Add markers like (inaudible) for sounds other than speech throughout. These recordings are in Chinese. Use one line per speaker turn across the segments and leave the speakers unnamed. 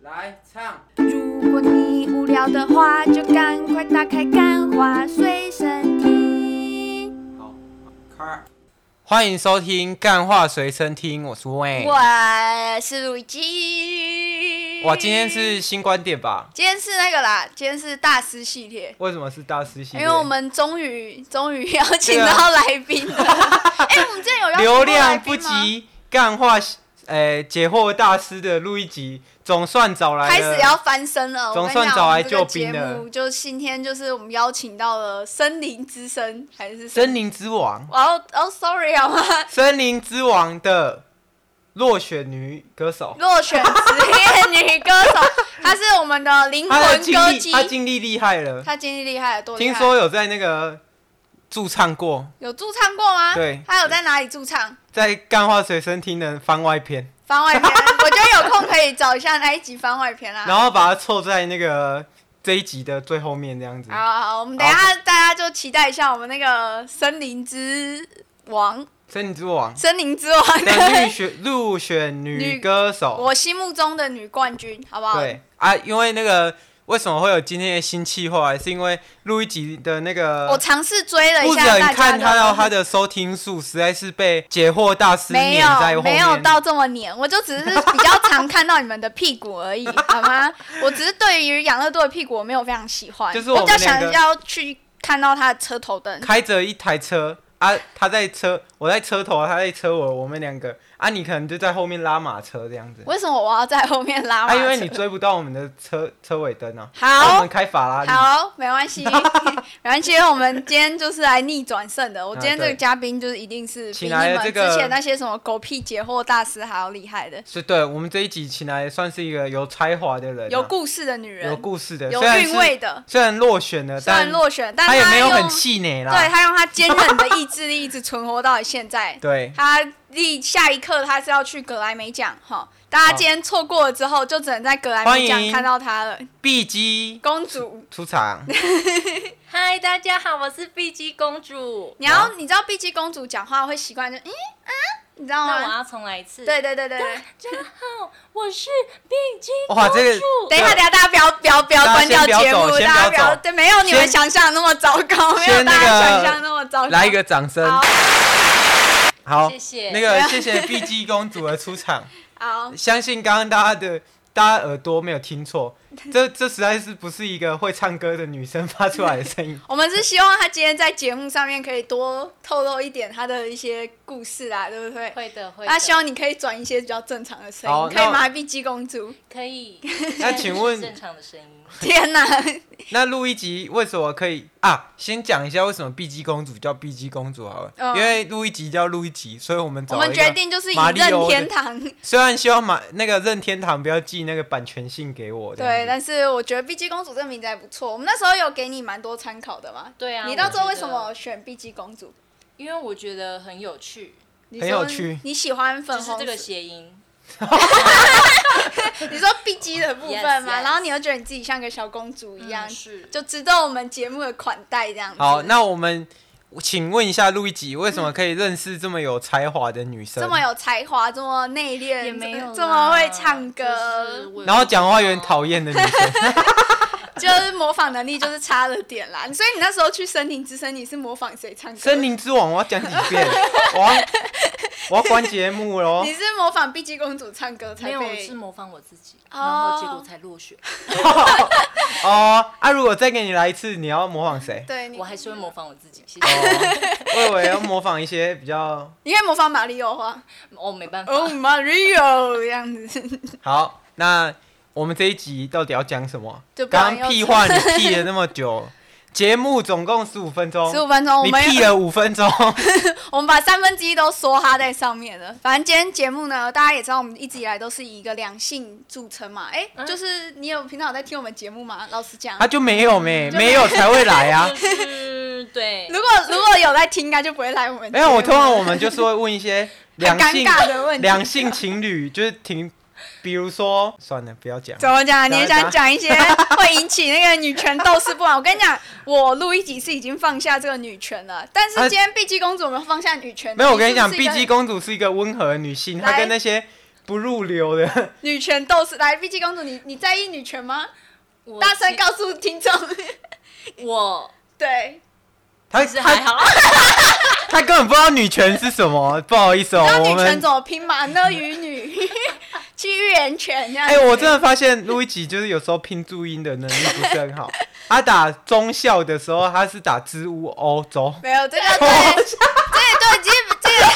来唱，
如果你无聊的话，就赶快打开《干花随身听
好，开。
欢迎收听《干话随身听》，我是》，Wayne。
我是鲁基。
哎哇，今天是新观点吧？
今天是那个啦，今天是大师系列。
为什么是大师系
因
列？
为我们终于终于邀请
对啊
到来
(laughs)
宾了，哎、我们之前有邀请
流
过
量不
来宾吗，
及干话，呃，解惑大师的录一集，总算找来了。
开始要翻身了。
哎总
我跟你
算
讲
找来
我们这
救
个
兵
节
了
目就今天就是我们邀请到了森林之声，还是什么
森林之王，
哦哦，sorry 好吗？
森林之王的落选女歌手，
落选职业女歌手，她是我们的灵
她的
魂
经
歌
历，
姬，
她经历厉害了。
她经历厉害了，多厉
听
害！
说有在那个驻唱过，
有驻唱过吗？
对
她有在哪里驻唱？
在干话随身听的番外篇。
番外篇，我觉得有空可以找一下那一集番外篇
(laughs)
啦。
然后把它凑在那个这一集的最后面这样子。
好好好，我们等一下大家就期待一下我们那个森林之王，
森林之
(laughs)
王
森林之王
(laughs) 的入
的
选入选女
女
歌手，
我心目中的女冠军，好不好？
对啊，因为那个为什么会有今天的新气候啊，是因为录一集的那
我
个。
尝试追了一
不
下
忍
大家
看他到
的
他的收听数，实在是被解惑大师
没
撵在
有
后面。
没有到这么黏，我就只是比较常看到你们的屁股而
(laughs)
已，好吗？我只是对于养乐多的屁股我没有非常喜欢，
就是
我
我
比
们
较
两
想
个
要去看到他的车头灯。
开着一台车啊，他在车，我在车头，他在车尾，我们两个啊，你可能就在后面拉马车这样子。
为什么我要在后面拉马
啊，
车？
因为你追不到我们的车车尾灯啊。啊我
好
们开法拉利。
好，没关系， (laughs) 没关系，因为我们今天就是来逆转胜的。我今天这个
啊对
嘉宾就是一定是比
请
你
来
们
了这
之
个
前那些什么狗屁解惑大师还要厉害的，
是对，我们这一集请来算是一个有才华的人啊、
有故事的女
有
人，
故事的，
有
虽然
韵
是
味的。
虽然落选了，
虽然
但
落选，但
他也没有
用
很气馁
对
啦。。
他用他坚韧的意志力一直存活到了现在
对，
他立下一刻他是要去格莱美奖哈，大家今天错过了之后，就只能在格莱美
欢
奖
迎
看到他了。
碧姬
公主，
出场，
嗨，大家好，我是碧姬公主。
你要你知道碧姬公主讲话会习惯就嗯啊，你知道
那我啊
吗？
要重来一次。，
对对对对对，
我是碧姬公主。
哇，这个
(laughs)
啊
等一下等一下，大家不要不要不要
大家先
关掉
不要
节目，
走先
大家
不要走
对，没有你们
先
想象的那么糟糕，没有
先
大
那
家
个
想象那么糟糕。
来一个掌声。
好
好，
谢谢
那个谢谢碧姬公主的出
(laughs)
场，
好，
相信刚刚大家的大家耳朵没有听错，这这实在是不是一个会唱歌的女生发出来的声
(laughs)
音。
我们是希望她今天在节目上面可以多透露一点她的一些故事啊，对不对？
会的，会的。
那啊希望你可以转一些比较正常的声
好
音，可以
那
麻痹鸡公主。 (laughs)
可以。
那请问
正常的声音？
天哪，
那录一集为什么可以啊？先讲一下为什么碧姬公主叫碧姬公主好了，
嗯
因为录一集叫录一集，所以我们
我
找了
们
一
决
个。
定就是以
马里
任
欧的
天堂
虽然希望马那个任天堂不要寄那个版权信给我，这样
对，
子
但是我觉得碧姬公主这名字还不错。我们那时候有给你蛮多参考的嘛。
对啊。
你到最后为
我觉
什
得？
么选碧姬公主？
因为我觉得很有趣，
你
很
说
有趣
你喜欢粉
就是
红
这个
色
谐音。
你说碧姬的部分
Yes,
嘛，
yes
然后你又觉得你自己像个小公主一样
嗯，是。
就值得我们节目的款待这样子。
好，那我们请问一下陆一吉，为什么可以认识这么有才华的女生？
这么有才华，这么内敛，
也没有啦。
这么会唱歌，
就是我
然后讲话有点讨厌的女
(laughs)
生，
(laughs)
就是模仿能力就是差了点啦，所以你那时候去森林之声，你是模仿谁唱歌？
森，林之王，我要讲几遍，我要我要关节目喽
(laughs) 你。是模仿碧姬公主唱歌才
没
被
有，我是模仿我自己，
哦
然后结果才落选。
(laughs) 哦，啊，如果再给你来一次，你要模仿谁？
对，你
我还是会模仿我自己，谢
哦 (laughs)
谢。，
我以为要模仿一些比
(laughs)
较
你可以模仿马里奥啊，
哦，没办法。
哦，Mario 这样子，
好。那我们这一集到底要讲什么？
就不然
刚
又
刚屁话你屁了那么
(laughs)
久，节目总共十五分钟，
(laughs) 十五分钟，我
你
们
屁啊了五分钟，
(laughs) 我们把三分之一都梭哈在上面了。反正今天节目呢，大家也知道，我们一直以来都是以一个两性著称嘛。哎、
嗯
就是你有平常有在听我们节目吗？老实讲
他，就没有没
就没
没有才会来啊
就。是对
如，果如果有在听，应该就不会来我们节
没
目。
有，我通常我们就是会问一些
(laughs) 很
两
尴
性
尬的问题。
两性情侣，就是挺，比如说，算了，不要讲。
怎么讲？你也
讲
想讲一些会引起那个女权斗士不满？我跟你讲，我录一集是已经放下这个女权了，但是
啊
今天碧姬公主我们放下女权。
没有，我跟你讲，
是不是一
碧
个
姬公主是一个温和的女性，她
来
跟那些不入流的。
女权斗士，来，碧姬公主，你你在意女权吗？
我
大声告诉听众，
其，我
对，
他
其实还
他
好，
他根本不知道女权是什么，不好意思哦
你知，道
我
女权
们
怎么拼吗？呢与女，去预言权这样
哎、
子。
我真的发现路易吉就是有时候拼注音的能力不是很好。
(laughs)
他打中校的时候，他是打支吾欧洲，哦
没有这个对，这个对基本这个，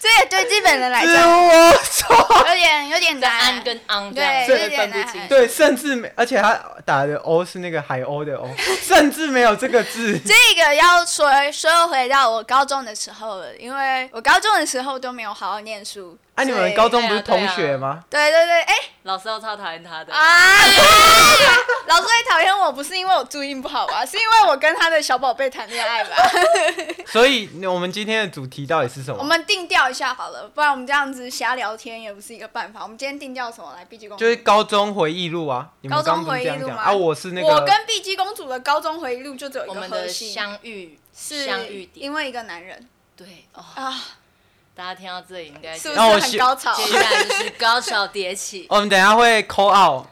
这个对基本人来
支
讲
吾欧洲。
有点有点
在
难。
安跟昂这
(laughs) 对
样子
有点
分不清
难。
对，甚至没，而且他打的欧是那个海鸥
(laughs)
的鸥，甚至没有这个字。
这个要说说回到我高中的时候了，因为我高中的时候都没有好好念书。
啊，你
所
们
以
高中不
对啊
是同
对啊
学吗？
对对对，哎、
老师都超讨厌他的，
啊！老师会讨厌我，不是因为我注音不好啊吧？是因为我跟他的小宝贝谈恋爱
(laughs)
吧？
所以我们今天的主题到底是什
我
么？
们定调一下好了，不然我们这样子瞎聊天也不是一个办法。我们今天定调什么来？B G 公主
就，是高中回忆录啊，你们
高中
刚不是这样
回忆录
讲
吗
啊？我是那个，
我跟 B G 公主的高中回忆录就只有一
我
个
们
核
的
心，
相遇
是
相遇点，
因为一个男人
对哦，
啊，
大家听到这里应该
是
就
不是哦
接
那我
很
希
高潮？
下来就是高潮
(laughs)
迭起，
我们等一下会 call out，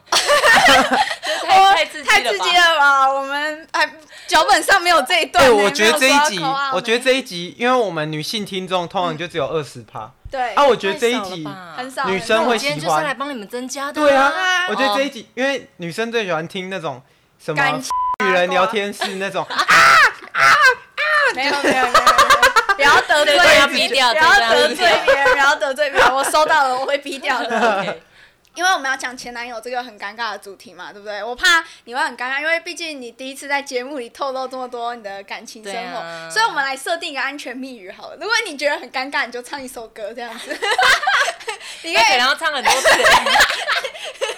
太刺激
太刺
了
激
吧？
了吧！我们还脚本上没有这一段
对，
呢、
哎我觉得这
没有
一
说
集
要啊 call out 呢，
我觉得这一集，因为我们女性听众通常就只有二十趴，
对
啊，我觉得这一
太少
集
了吧
很哎少
女
人
生
会
会
我今天
喜
就是要来
欢，
帮你们增加的，
对
啊
啊，我觉得
哦
这一集，因为女生最喜欢听那种什么
感情
女人聊天室那种，
没有没有没有没有，哦不要得罪
对对要
别人
逼掉
不要
对
得
对
罪别人，不要得罪别人。我收到了，我会逼掉的。
OK
因为我们要讲前男友这个很尴尬的主题嘛，对不对？我怕你会很尴尬，因为毕竟你第一次在节目里透露这么多你的感情生活，
对啊
所以我们来设定一个安全密语好了。如果你觉得很尴尬，你就唱一首歌这样
(laughs)
子。你可
那可能
以
要唱很多次，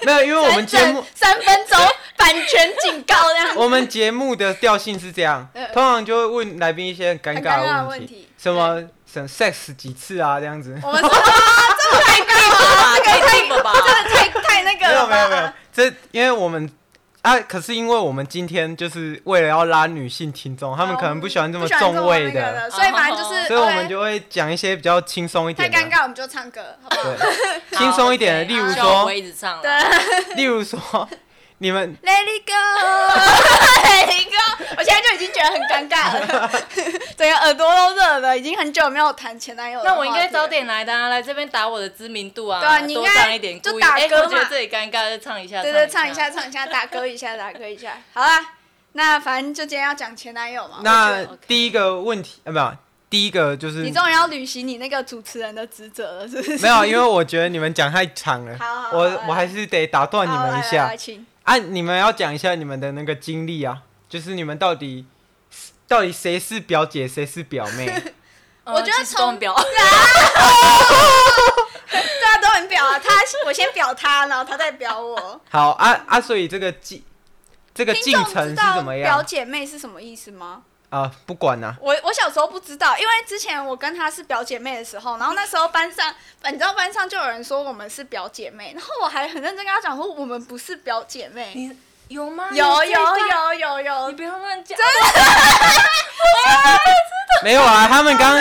没有，哎因为我们节目
整整三
(laughs)
分钟版权警告这样子。
我们节目的调性是这样
嗯，
通常就会问来宾一些很尴尬
很尴尬
的
的
问
问
题
题，
什么什 sex 几次啊这样子。
我们说啊，这个太尴尬了，这个
太
太
硬了吧？
真的太太那个
没
了
有
吧？
没有没有，这因为我们啊，可是因为我们今天就是为了要拉女性听众，她们可能不喜欢这么
哦不喜欢这
重位
那个
的，
的，所以反正就是，
所以我们
OK，
就会讲一些比较轻松一
呃太
点
尴
的，
尬，我们就唱歌，好不 (laughs) 好？
对，轻松一点的，
好
例如
就我
说
会，一直唱了，
对
例如说， (laughs) 你们
，Let it go，Let it go，我现在就已经觉得很尴尬了，整个耳朵都热了，已经很久没有谈前男友的话
那
题了。
我应该早点来的啊，来这边打我的知名度啊，
对啊你应
多
该
唱一点
就
故意，
打
哎
歌
我觉得
嘛
这里尴尬，就啊唱一下，
对对，唱一下，唱一下，打歌一下，打歌一下，好啦。那反正就今天要讲前男友嘛。我觉
那嗯
得
OK
第一个问题啊，没有，第一个就是
你终于要履行你那个主持人的职责了，是不是？
没有，因为我觉得你们讲太长了
好好，好
我
来
我还是得打断你
好
们一
来来
下
来。请
啊，你们要讲一下你们的那个经历啊，就是你们到底到底谁是表姐，谁是表
(laughs)
妹？
嗯
我觉得
其实
从 (laughs)
动表，
大家都很表啊，他我先表他，然后他再表我。
好啊啊，所以这个进这个
听
进
众
程
知
是
道
怎么
表
样
姐妹是什么意思吗？
啊？不管啦、
我我小时候不知道，因为之前我跟她是表姐妹的时候，然后那时候班上，你知道班上就有人说我们是表姐妹，然后我还很认真跟她讲说我们不是表姐妹，
你有吗？
有
这一
有
段，
有有有
你，不要乱讲，
没有啊，他
(laughs)
们刚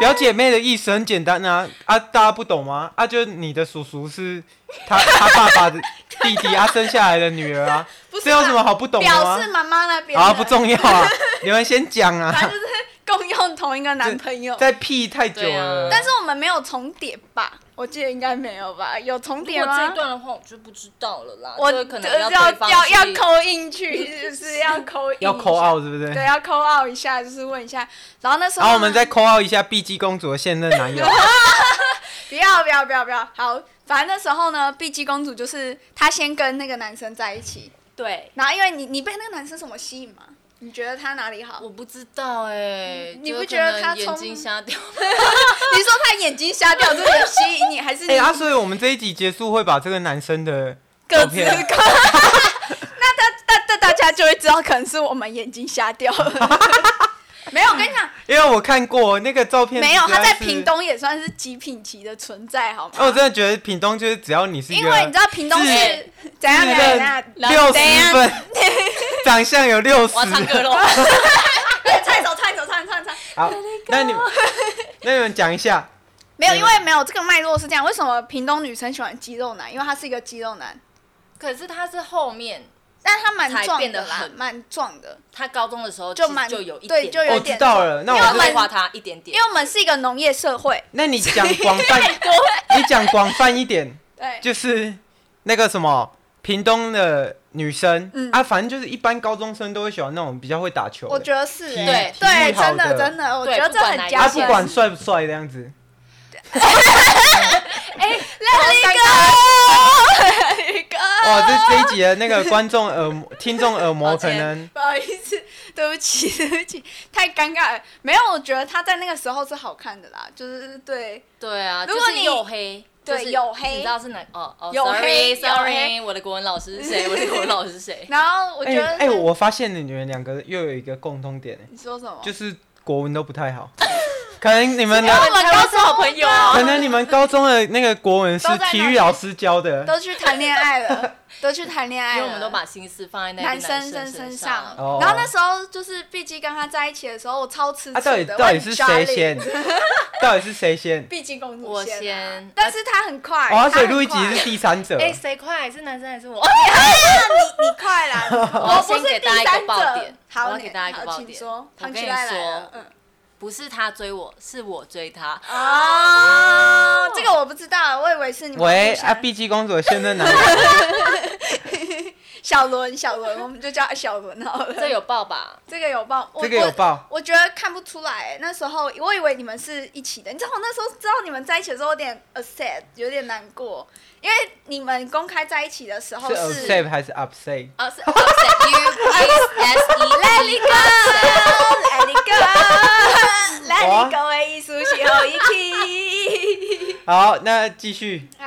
表姐妹的意思很简单啊啊，大家不懂吗？啊，就是你的叔叔是他他爸爸的弟
(laughs)
弟，他、生下来的女儿啊，
不是
这有什么
啦
好不懂的
表示
吗？
妈妈那边
好
的
啊，不，重要
(laughs)
啊，你们先讲
反
啊，
正就是共用同一个男朋友，
在屁太久
对啊
了。
但是我们没有重叠吧？我记得应该没有吧？有重
如
叠
果这
吗
一？段的话，我就不知道了啦。
我
这个可能
要
对方
要
去
要扣进去，就是要扣
(laughs) 要啊
扣
call out 是不是？
(laughs) 对，啊要扣 out 一下，就是问一下。然后那时
然
候呢，
后我们再
啊
call out 一下碧姬公主的现任
(laughs)
男友，
不要不要不要不要，好，反正那时候呢，碧姬公主就是她先跟那个男生在一起，
对，
然后因为你你被那个男生什么吸引吗？你觉得他哪里好？
我不知道哎，
嗯你
就
不
可
觉得
能
他
眼
聪
睛
明
瞎掉？
你说他眼睛瞎掉，这点吸引你，还是
哎、
你
啊，所以我们这一集结束会把这个男生的
(laughs) 各
照
自 (laughs)
片，
各？那大大大大家就会知道，可能是我们眼睛瞎掉了。 (laughs) 没有，我跟你
(laughs)
讲，
因为我看过那个照片，
没有，
实在
他在
是
屏。东也算是极品级的存在，好吗？
哎、我真的觉得屏东就是只要你是一
因
个
为你知道屏东是怎样怎样怎样，
六
怎样
十分， (laughs) 长相有六十
(laughs) 啊我要，唱歌喽！
哎对，唱一首，唱一首，唱一首唱一首。
好，那你们那你们讲一下
没有，因为没有这个脉络是这样。为什么屏东女生喜欢肌肉男？因为他是一个肌肉男，
可是他是后面
但他蛮
才
壮
变
的
得
啦
很，
蛮壮的。
他高中的时候
就
其实
蛮
就有一
对
点，
就有
我
点
哦知道了，那
因为
我
我
就
们
弱化他一点
因
点
为。我们是一个农业社会，
那你讲
(laughs)
广泛， (laughs) 你讲广泛一点，
对，
就是那个什么屏东的女生、
嗯
啊，反正就是一般高中生都会喜欢那种比较会打球
我
的，
觉得是
体
欸
体
对，
育好
真的
的
真的，我觉
对
得
不
这
管
很
哪一
加
啊，
个
分。
不管帅不帅这样
(laughs)
子，
哎那一个，那一个，
哇，哦这这一集的那个观众耳膜、听众耳膜
抱
可
歉
能
不好意思，对不起，对不起，太尴尬了。没有，我觉得他在那个时候是好看的啦，就是对，
对啊，
如
就
果
是
你
黝黑，
对
就是
黝黑
你知道是哪？哦哦
黝黑黝黑
，sorry，sorry，我的国文老师
(laughs)
是谁？我的国文老师是谁？
然后我觉
哎
得，
哎、我发现你们两个又有一个共通点、哎
你说什么？
就是国文都不太好， (laughs) 可能你们的
啊
因为我们高中好朋友啊
可，能你们高中的那个国文是
都在那
体育老师教的，
都去谈恋爱了，都去谈恋爱了，
因为我们都把心思放在那
男
个
生
生
身上
上。。
哦
然后那时候就是碧姬跟他在一起的时候，我超吃
啊，到底
醋的。
到底是谁
(laughs)
先？到底是谁先？
碧姬公主
我
先啊
先
但是他很快，
哦，所以
他很
路易吉
哎快
是第三者。
哎，谁快？是男生还是
(laughs)
我？
你快
(laughs)
啦！
我要
不
先
是
给
第
大家一
三
个爆
者
点，
好，
我要
你
给大家一
好
个爆
请
点。
说，
我
唐
跟
吉
你
拉来
说
了，嗯，
(laughs) 不是他追我，是我
(laughs)
追他。
哦，这个我不知道，我以为是你们
喂，
互相
啊，碧姬公主的现任
(laughs)
男友，
小伦，小伦，我们就叫他小伦好了。
这有爆吧？
这个有报，我
这个有报
我，我觉得看不出来、那时候我以为你们是一起的，你知道我那时候知道你们在一起的时候有点 a sad，有点难过，因为你们公开在一起的时候
是
是
upset 还是 upset？
哦
啊，是 upset (laughs) you please
(laughs)
S E let it go。
let it go，let it
哇
go 的意思是后一起。
好，那继续。
好，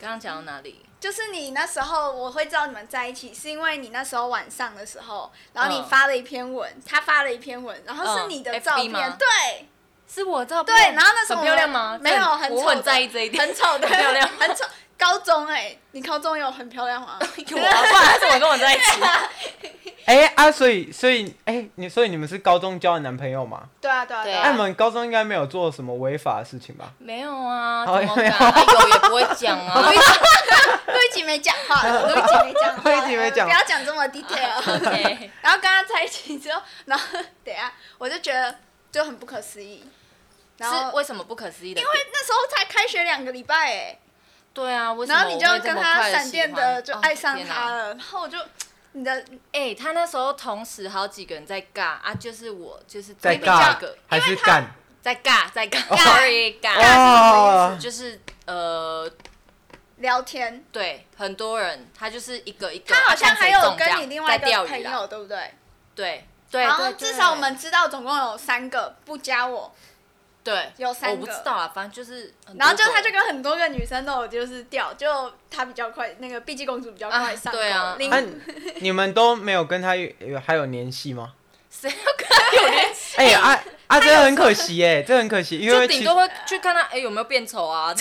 刚刚讲到哪里？
就是你那时候我会知道你们在一起，是因为你那时候晚上的时候，然后你
嗯
发了一篇文，他发了一篇文，然后是
嗯
你的
FB
照片，
吗
对。
是我照
对
片。
然后那时候我
很漂亮吗？
没有
这
很丑的
我很在意这一点。
很丑的，
很
(laughs)
漂亮 (laughs)
很丑。高中哎、你高中有很漂亮吗？
有啊，不然他怎么跟我在一起？
哎啊，所以所以哎，你所以你们是高中交的男朋友吗？
对啊，对啊，
对
对
啊
那
(laughs) 啊。
你们高中应该哎没有做什么违法的事情吧？
没有啊，
好
怎么敢？啊有也不会讲
(laughs)
啊。
陆一集没讲话了，陆一集没讲话了，
陆一集没讲
不要讲这么
(laughs) 哦
(laughs)
detail。
OK
然后跟他在一起之后，然后等一下我就觉得就很不可思议。 (laughs) 然后
是为什么不可思议的？因
因为那时候才开学两个礼拜哎、
对啊，为什么
然后你就
我会这
跟
么
他
快地
闪电
喜欢
的就爱上
哦天
他
哪
了，然后我就你的
哎、他那时候同时好几个人在尬啊，就是我就是
在
最后一
尬
个
还是干？
在尬在尬
哦
，sorry 尬，
哦，
就是呃
聊天，
对很多人，他就是一个一个，
他好
啊
像
看
还
谁
有
中这
跟
样
你另外一
在钓
个
鱼
朋
啦
友，对不对？
对对，
然后
对
至少我
对
们知道总共有三个，不加我，
对
有三个
我不知道啊，反正就是很多个，
然后就他就跟很多个女生都有就是掉，就她比较快，那个碧姬公主比较快
啊
上钩。
对啊
另
啊，你们都没有跟他有有还有联系吗？
谁要跟他有联系？
哎啊啊，这很可惜哎，这很可惜，因
就
为其
顶
实
多会去看他，哎、有没有变丑啊？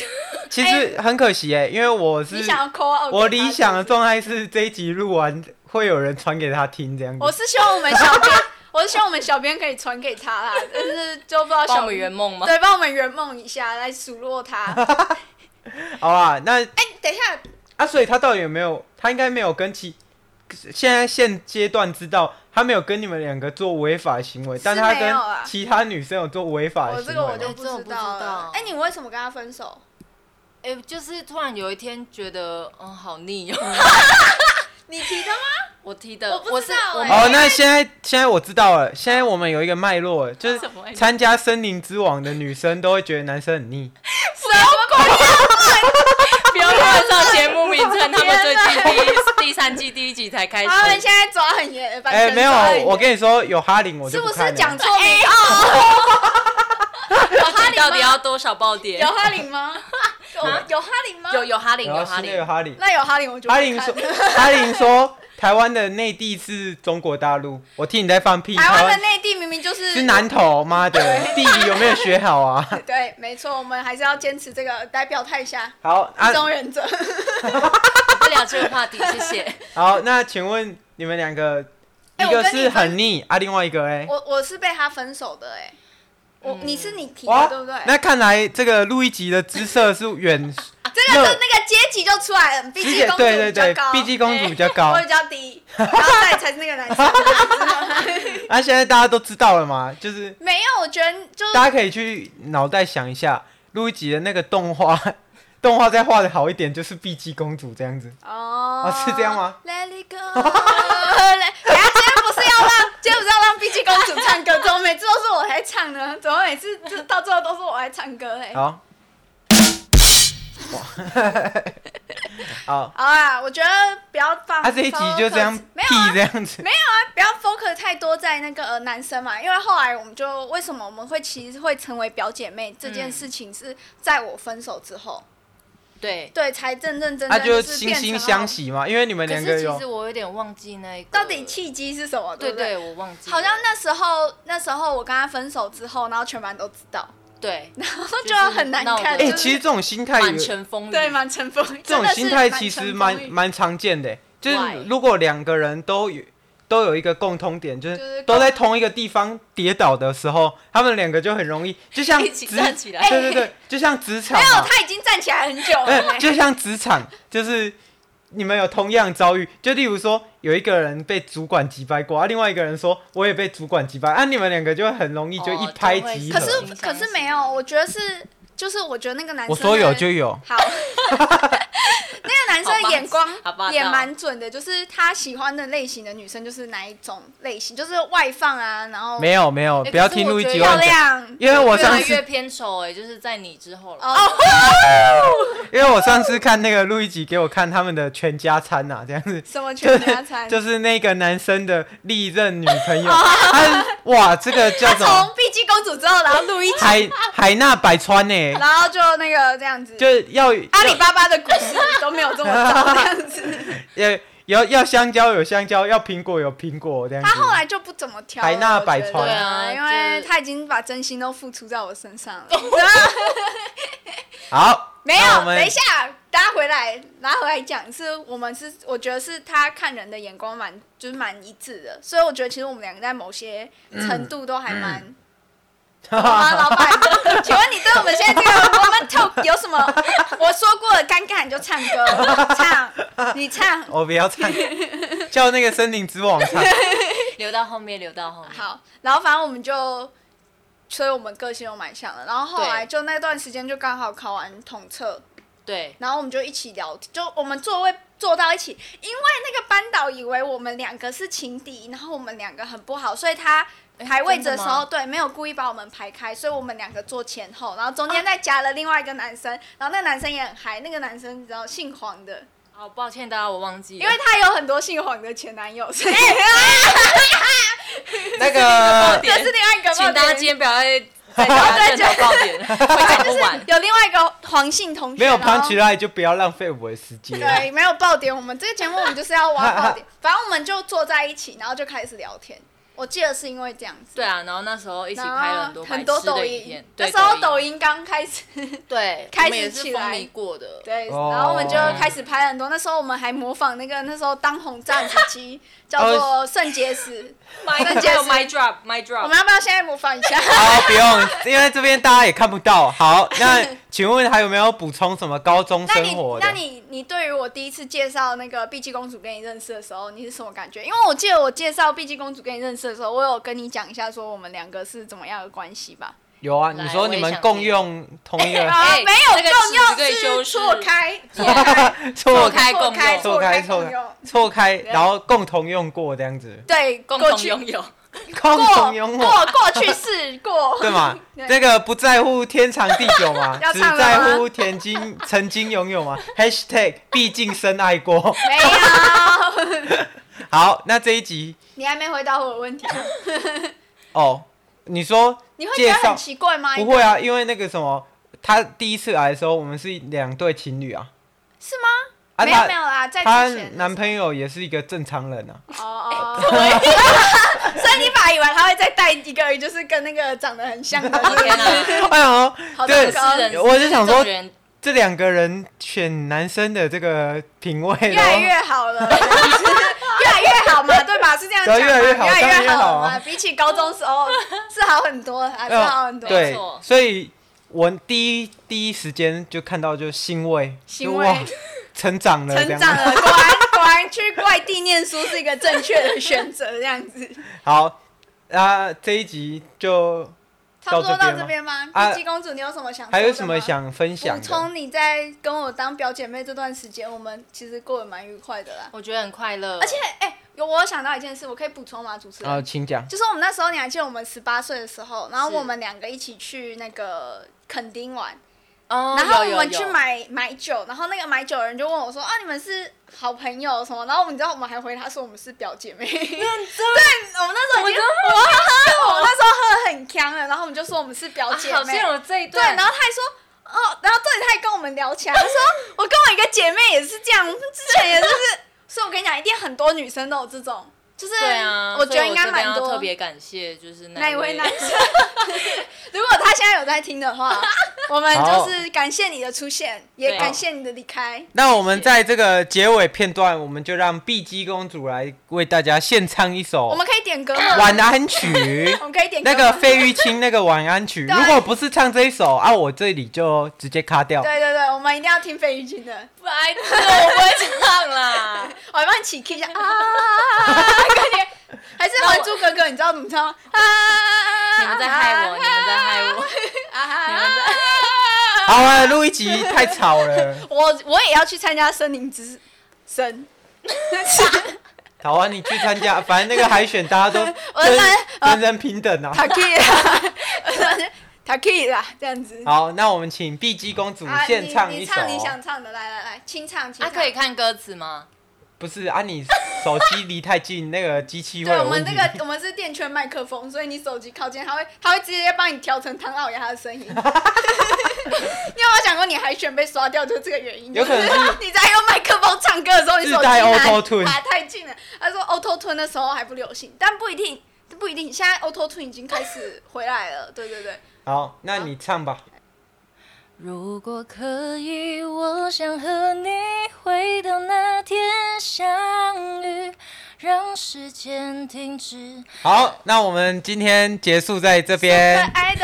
其实很可惜哎，因为我
你
是
想要 call out
我
给她
理想的
是不是
状态是这一集录完会有人传给他听这样
我
子。
是希望我们小编，我是希望我们小编可以传给她啦， (laughs) 但是就不知道
帮
小
我们圆梦吗？
对，帮我们圆梦一下，来数落
(laughs)
她。
好啦，那
哎，等一下，
啊，所以他到底有没有？他应该没有跟其现在现阶段知道他没有跟你们两个做违法行为，但他
没有
跟
啊
其他女生有做违法
我
的
这
行
个我
为
就
吗。
不
哎这我
知
不知
道了
道。
哎，你为什么跟她分手？
哎、就是突然有一天觉得，嗯，好腻 (laughs) 哦、
你提的吗？
我踢的，
我不知道
是我
哎
没
哦，那现在现在我知道了，现在我们有一个脉络了，就是
什么脉络
参加森林之王的女生都会觉得男生很腻。
不要乱上节目名称，他们最
啊
近 (laughs) 第一第三季第一集才开始。
他们现在抓很严，把
哎、
全
没
抓很
有，
严
我跟你说，有哈林我
是
就
不是
看了。
讲错
哎
名？哦
有哈林到底要多少爆点？
有哈林
(laughs)
吗？有有哈林吗？
啊有有哈林，
然后
有哈
现
林
在，有哈啊林，
那有哈林我就不
哈林
看
说，哈林说，台湾的内地是中国大陆，我听你在放屁。
(laughs) 台湾的
湾
内地明明就是
是南投，妈的，地理有没有学好啊？ (laughs)
对，没错，我们还是要坚持这个，来表态一下，
好啊
一，中忍者。 (laughs)
不聊这个话题，谢谢。
好，那请问你们两个，
哎
一
我
个
跟你
是
分
很腻啊，另外一个哎，
我我是被他分手的哎、我你是你提
哇
的对不对？
嗯哦那看来这个路易吉的姿色是远
啊这个
那
是那个阶级就出来了，毕
直
竟
接
公主
对对
比较
对
高，，哎
碧姬公主比较高
(laughs) 我。比较低，然后再才是那个男生。
那现在大家都知道了嘛，就是
(laughs) 没有，我觉得就是
大家可以去脑袋想一下，路易吉的那个动画， (laughs) 动画再画的好一点，就是碧姬公主这样子。
哦
啊是这样吗
？Let it go 来。 (laughs) 等一下今天不是要让，今天不是要让碧姬公主唱歌，怎么每次都是我在唱呢？怎么每次就到最后都是我在唱歌哎嘞？
好， (laughs) 好，
好啊，我觉得不要放。
他、啊这一集就这样
focus- 啊没
屁
有啊
这，样子。
不要 focus 太多在那个呃男生嘛，因为后来我们就为什么我们会其实会成为表姐妹这件事情，是在我分手之后，
(laughs) 对。
对，才真正真
他、
正
啊就是惺
变成
惺
了
相。惜嘛，因为你们
可
两
是
个
其实
有
我有点忘记那一个
到底契机是什么？
对
不对
对，我忘记了，
好像那时候，那时候我跟他分手之后，然后全班都知道， (laughs)
对
然后就
就是
很难
闹得
看。
哎、
就是
其实这种心态
满
有
城风雨，
对？蛮尘封雨，
这种心态其实蛮
真的是
蛮常见的欸，就是
Why？
如果两个人都有都有一个共通点，就是
就是
都在
共
同一个地方跌倒的时候，他们两个就很容易，就像
一起
职
站起来
对对对，就像职场
没有，
嘛，
他已经站起来很久了、
呃就像职场，就是你们有同样遭遇，就例如说有一个人被主管击败过，啊，另外一个人说我也被主管击败，啊，你们两个就会很容易就一
哦
拍
就会
即合
可。
一
是
盒
可是没有，我觉得是就是我觉得那个男
我
生
说有
的
就有，
好， (laughs) 那个男生眼光
好霸道
也蛮准的，就是他喜欢的类型的女生就是哪一种类型，就是外放啊，然后
没有没有，
欸
不要
可是
听
我
路易
觉
吉
得
漂
乱讲， (laughs)
亮
因为我
越
上
来
次
越偏丑哎，就是在你之后了。
哦，
因为我上次看那个路易吉给我看他们的全家餐呐、啊，这样子
什么全家餐，
就是那个男生的历任女朋
(laughs)
友，他哇，这个叫
他
什么
从碧姬公主之后，然后录一集，
海海纳百川呢、 (laughs)
然后就那个这样子，
就要
阿里巴巴的股市都没有这
(laughs)
么早这样子。
要呃要要香蕉有香蕉，要苹果有苹果这样子
他。后来就不怎么挑了，
海纳百川
我觉得
对啊
因为
就是
他已经把真心都付出在我身上了。
好，
没
那我
有，
们
等一下，大家回来，拿回来讲，是我们是，我觉得是他看人的眼光蛮，就是蛮一致的，所以我觉得其实我们两个在某些程度都还蛮。
嗯
好吗，老板？ (laughs) 请问你对我们现在这个 woman talk 有什么？我说过了，尴尬你就唱歌，唱，你唱。
我不要
(laughs)
唱，叫那个森林之王唱。
留到后面，留到后面。
好，然后反正我们就，所以我们个性都蛮像的。然后后来
对
就那段时间就刚好考完统测，
对，
然后我们就一起聊，就我们座位坐到一起，因为那个班导以为我们两个是情敌，然后我们两个很不好，所以他排位置的时
真的
候，
吗
对，没有故意把我们排开，所以我们两个坐前后，然后中间再夹了另外一个男生，然后那个男生也很嗨，那个男生你知道姓黄
(laughs)
的，
好，哦抱歉大家，我忘记了，
因为他有很多姓黄的前男友，所以
那个
(laughs)
点
这是另外一个
(laughs) 请
爆
大家
点
今天不要再
(laughs)
再讲正爆点，会讲不完。
有另外一个黄姓同学，
没有
然后
punch line 就不要浪费我的时间。
对，没有爆点。我们这个节目我们就是要挖爆
(laughs)
点，反正我们就坐在一起，然后就开始聊天。我记得是因为这样子，
对啊，然后那时候一起
然后
拍了很多
很
很
多抖
的影片
音，，
对
那时候抖音刚开始， (laughs)
对
开
我们
始
也是
起
风
来
靡过的，
对，
哦
然后我们就开始拍很多。那时候我们还模仿那个那时候当红炸子鸡，叫
哦
做肾结
(laughs)
石。
My
结石
My Drop My
我
Drop，
们要不要现在模仿一
(laughs)
下？
好，不用，因为这边大家也看不到。好，那请问还有没有补充什么高中
那
生
你
活的？
那你你对于我第一次介绍那个碧姬公主跟你认识的时候，你是什么感觉？因为我记得我介绍碧姬公主跟你认识的时候，我有跟你讲一下说我们两个是怎么样的关系吧？
有啊？你
来
说
我
你
也
们
想
共
听
用同一个
啊，
哎
没有
那个
重
词可以
要
修
是
饰
错开，
错
错
错开共用
开，错
错开
共
错开
用。
错开，
对
然后共同用过这样子，
对，
共
过
同
去 (laughs)
拥有，
共
过
同用过，
过过去式过，
(laughs) 对嘛？
对
这个不在乎天长地久嘛
要，
只
唱了
在
吗
乎曾经曾经拥有嘛。#hashtag 毕竟深爱过。
没有，啊
好，那这一集
你还没回答我的问题啊， (laughs)
哦，你说
你会觉
介
得
绍
很奇怪吗？
不会啊？因为那个什么，他第一次来的时候，我们是两对情侣啊。
是吗？
啊，
没有没
她
有啦，在
她
之前的
男
时
朋友也是一个正常人
(laughs)
啊。
候哦哦哦， (laughs) 所以你本来以为他会再带一个，就是跟那个长得很像的，
天哪，
哎呦，
好
对
糟糕
是，人，
我就想说
这种人
这两个人选男生的这个品味，
越来
然后
越好了，越来越好，好嘛，对吧？是这样讲
对
嘛，
越来越好
越
当
来
然
越
越好啊
嘛，比起高中时候是好很多，还是好很多。
哎对
没错，
所以我第一第一时间就看到就欣慰，
欣
就
慰
哇，成长了，这
成
样
长了，果然果然去外地念书是一个正确的选择，这样子。
好，啊，这一集就
哦差不多
到
到
这
这边吗？
啊
碧姬公主，你有什么想说的吗？
还有什么想分享
补
的？
充？你在跟我当表姐妹这段时间，我们其实过得蛮愉快的啦。
我觉得很快乐，
而且，哎、有我有想到一件事，我可以补充吗？主持人，
啊，请讲。
就是我们那时候你还记得我们十八岁的时候，然后
是
我们两个一起去那个垦丁玩，
哦，
然后
有
我们
有
去
有
买买酒，然后那个买酒的人就问我说：“啊，你们是好朋友什么？”然后我们你知道我们还回他说我们是表姐妹。对，我们那时候已经我喝，我那时候喝得很呛了，然后我们就说我们是表
啊
姐
好
妹。
像有这一
对，
段，
然后他还说。哦，然后对，他还跟我们聊起来，他说我跟我一个姐妹也是这样，我们之前也就是，所以我跟你讲，一定很多女生都有这种，就是
对
嗯
啊，
我觉
所
得
以
应该
这边
蛮
要
多。
特别感谢就是
那一位
位 (laughs)
男生，如果他现在有在听的话，我们就是感谢你的出现，也
对
感谢你的离开。
那我们在这个结尾片段，我们就让碧姬公主来为大家献唱一
我
首
们可以点歌吗？，
晚安曲
(laughs) 我们可以点歌
那
吗
个费玉清那个晚安曲。
对
如果不是唱这一首啊，我这里就直接卡掉。
对对对，我们一定要听费玉清的，
白痴，我不会唱
(laughs)
啦。
我还帮你起 K 一下啊，感觉还是《还珠格格》，你知道怎么唱吗？啊，
你们在害我，你们在害我，
啊，
你们在。
好啊，录一集太吵了。 (laughs)
我我也要去参加森林之声，
好啊，你去参加，反正那个海选大家都
(laughs) 我
人
参
人人平等
(laughs)
啊。
塔 K 啦，塔 K 啦，这样子。
好，那我们请碧姬公主
啊，
献
你
唱一
你
首。
唱你想唱的，来来来，清唱，清
啊，
唱。
可以看歌词吗？
不是啊，你手机离太近，那个机器会
对
有
我们
问
这
题。
个我们是电圈麦克风，所以你手机靠近，它会它会直接帮你调成唐老鸭的声音。你 (laughs) 有没有想过你海选被刷掉就是这个原因？
有可能是
就是你在用麦克风唱歌的时候，你手
自
机
带
拿
Auto Tune
拿太近了。他说 Auto Tune 的时候还不流行，但不一定不一定，现在 Auto Tune 已经开始回来了。对
(laughs)
对对，
好，那你唱吧。
如果可以，我想和你回到那天相遇，让时间停止。
好，那我们今天结束在这边。
爱的。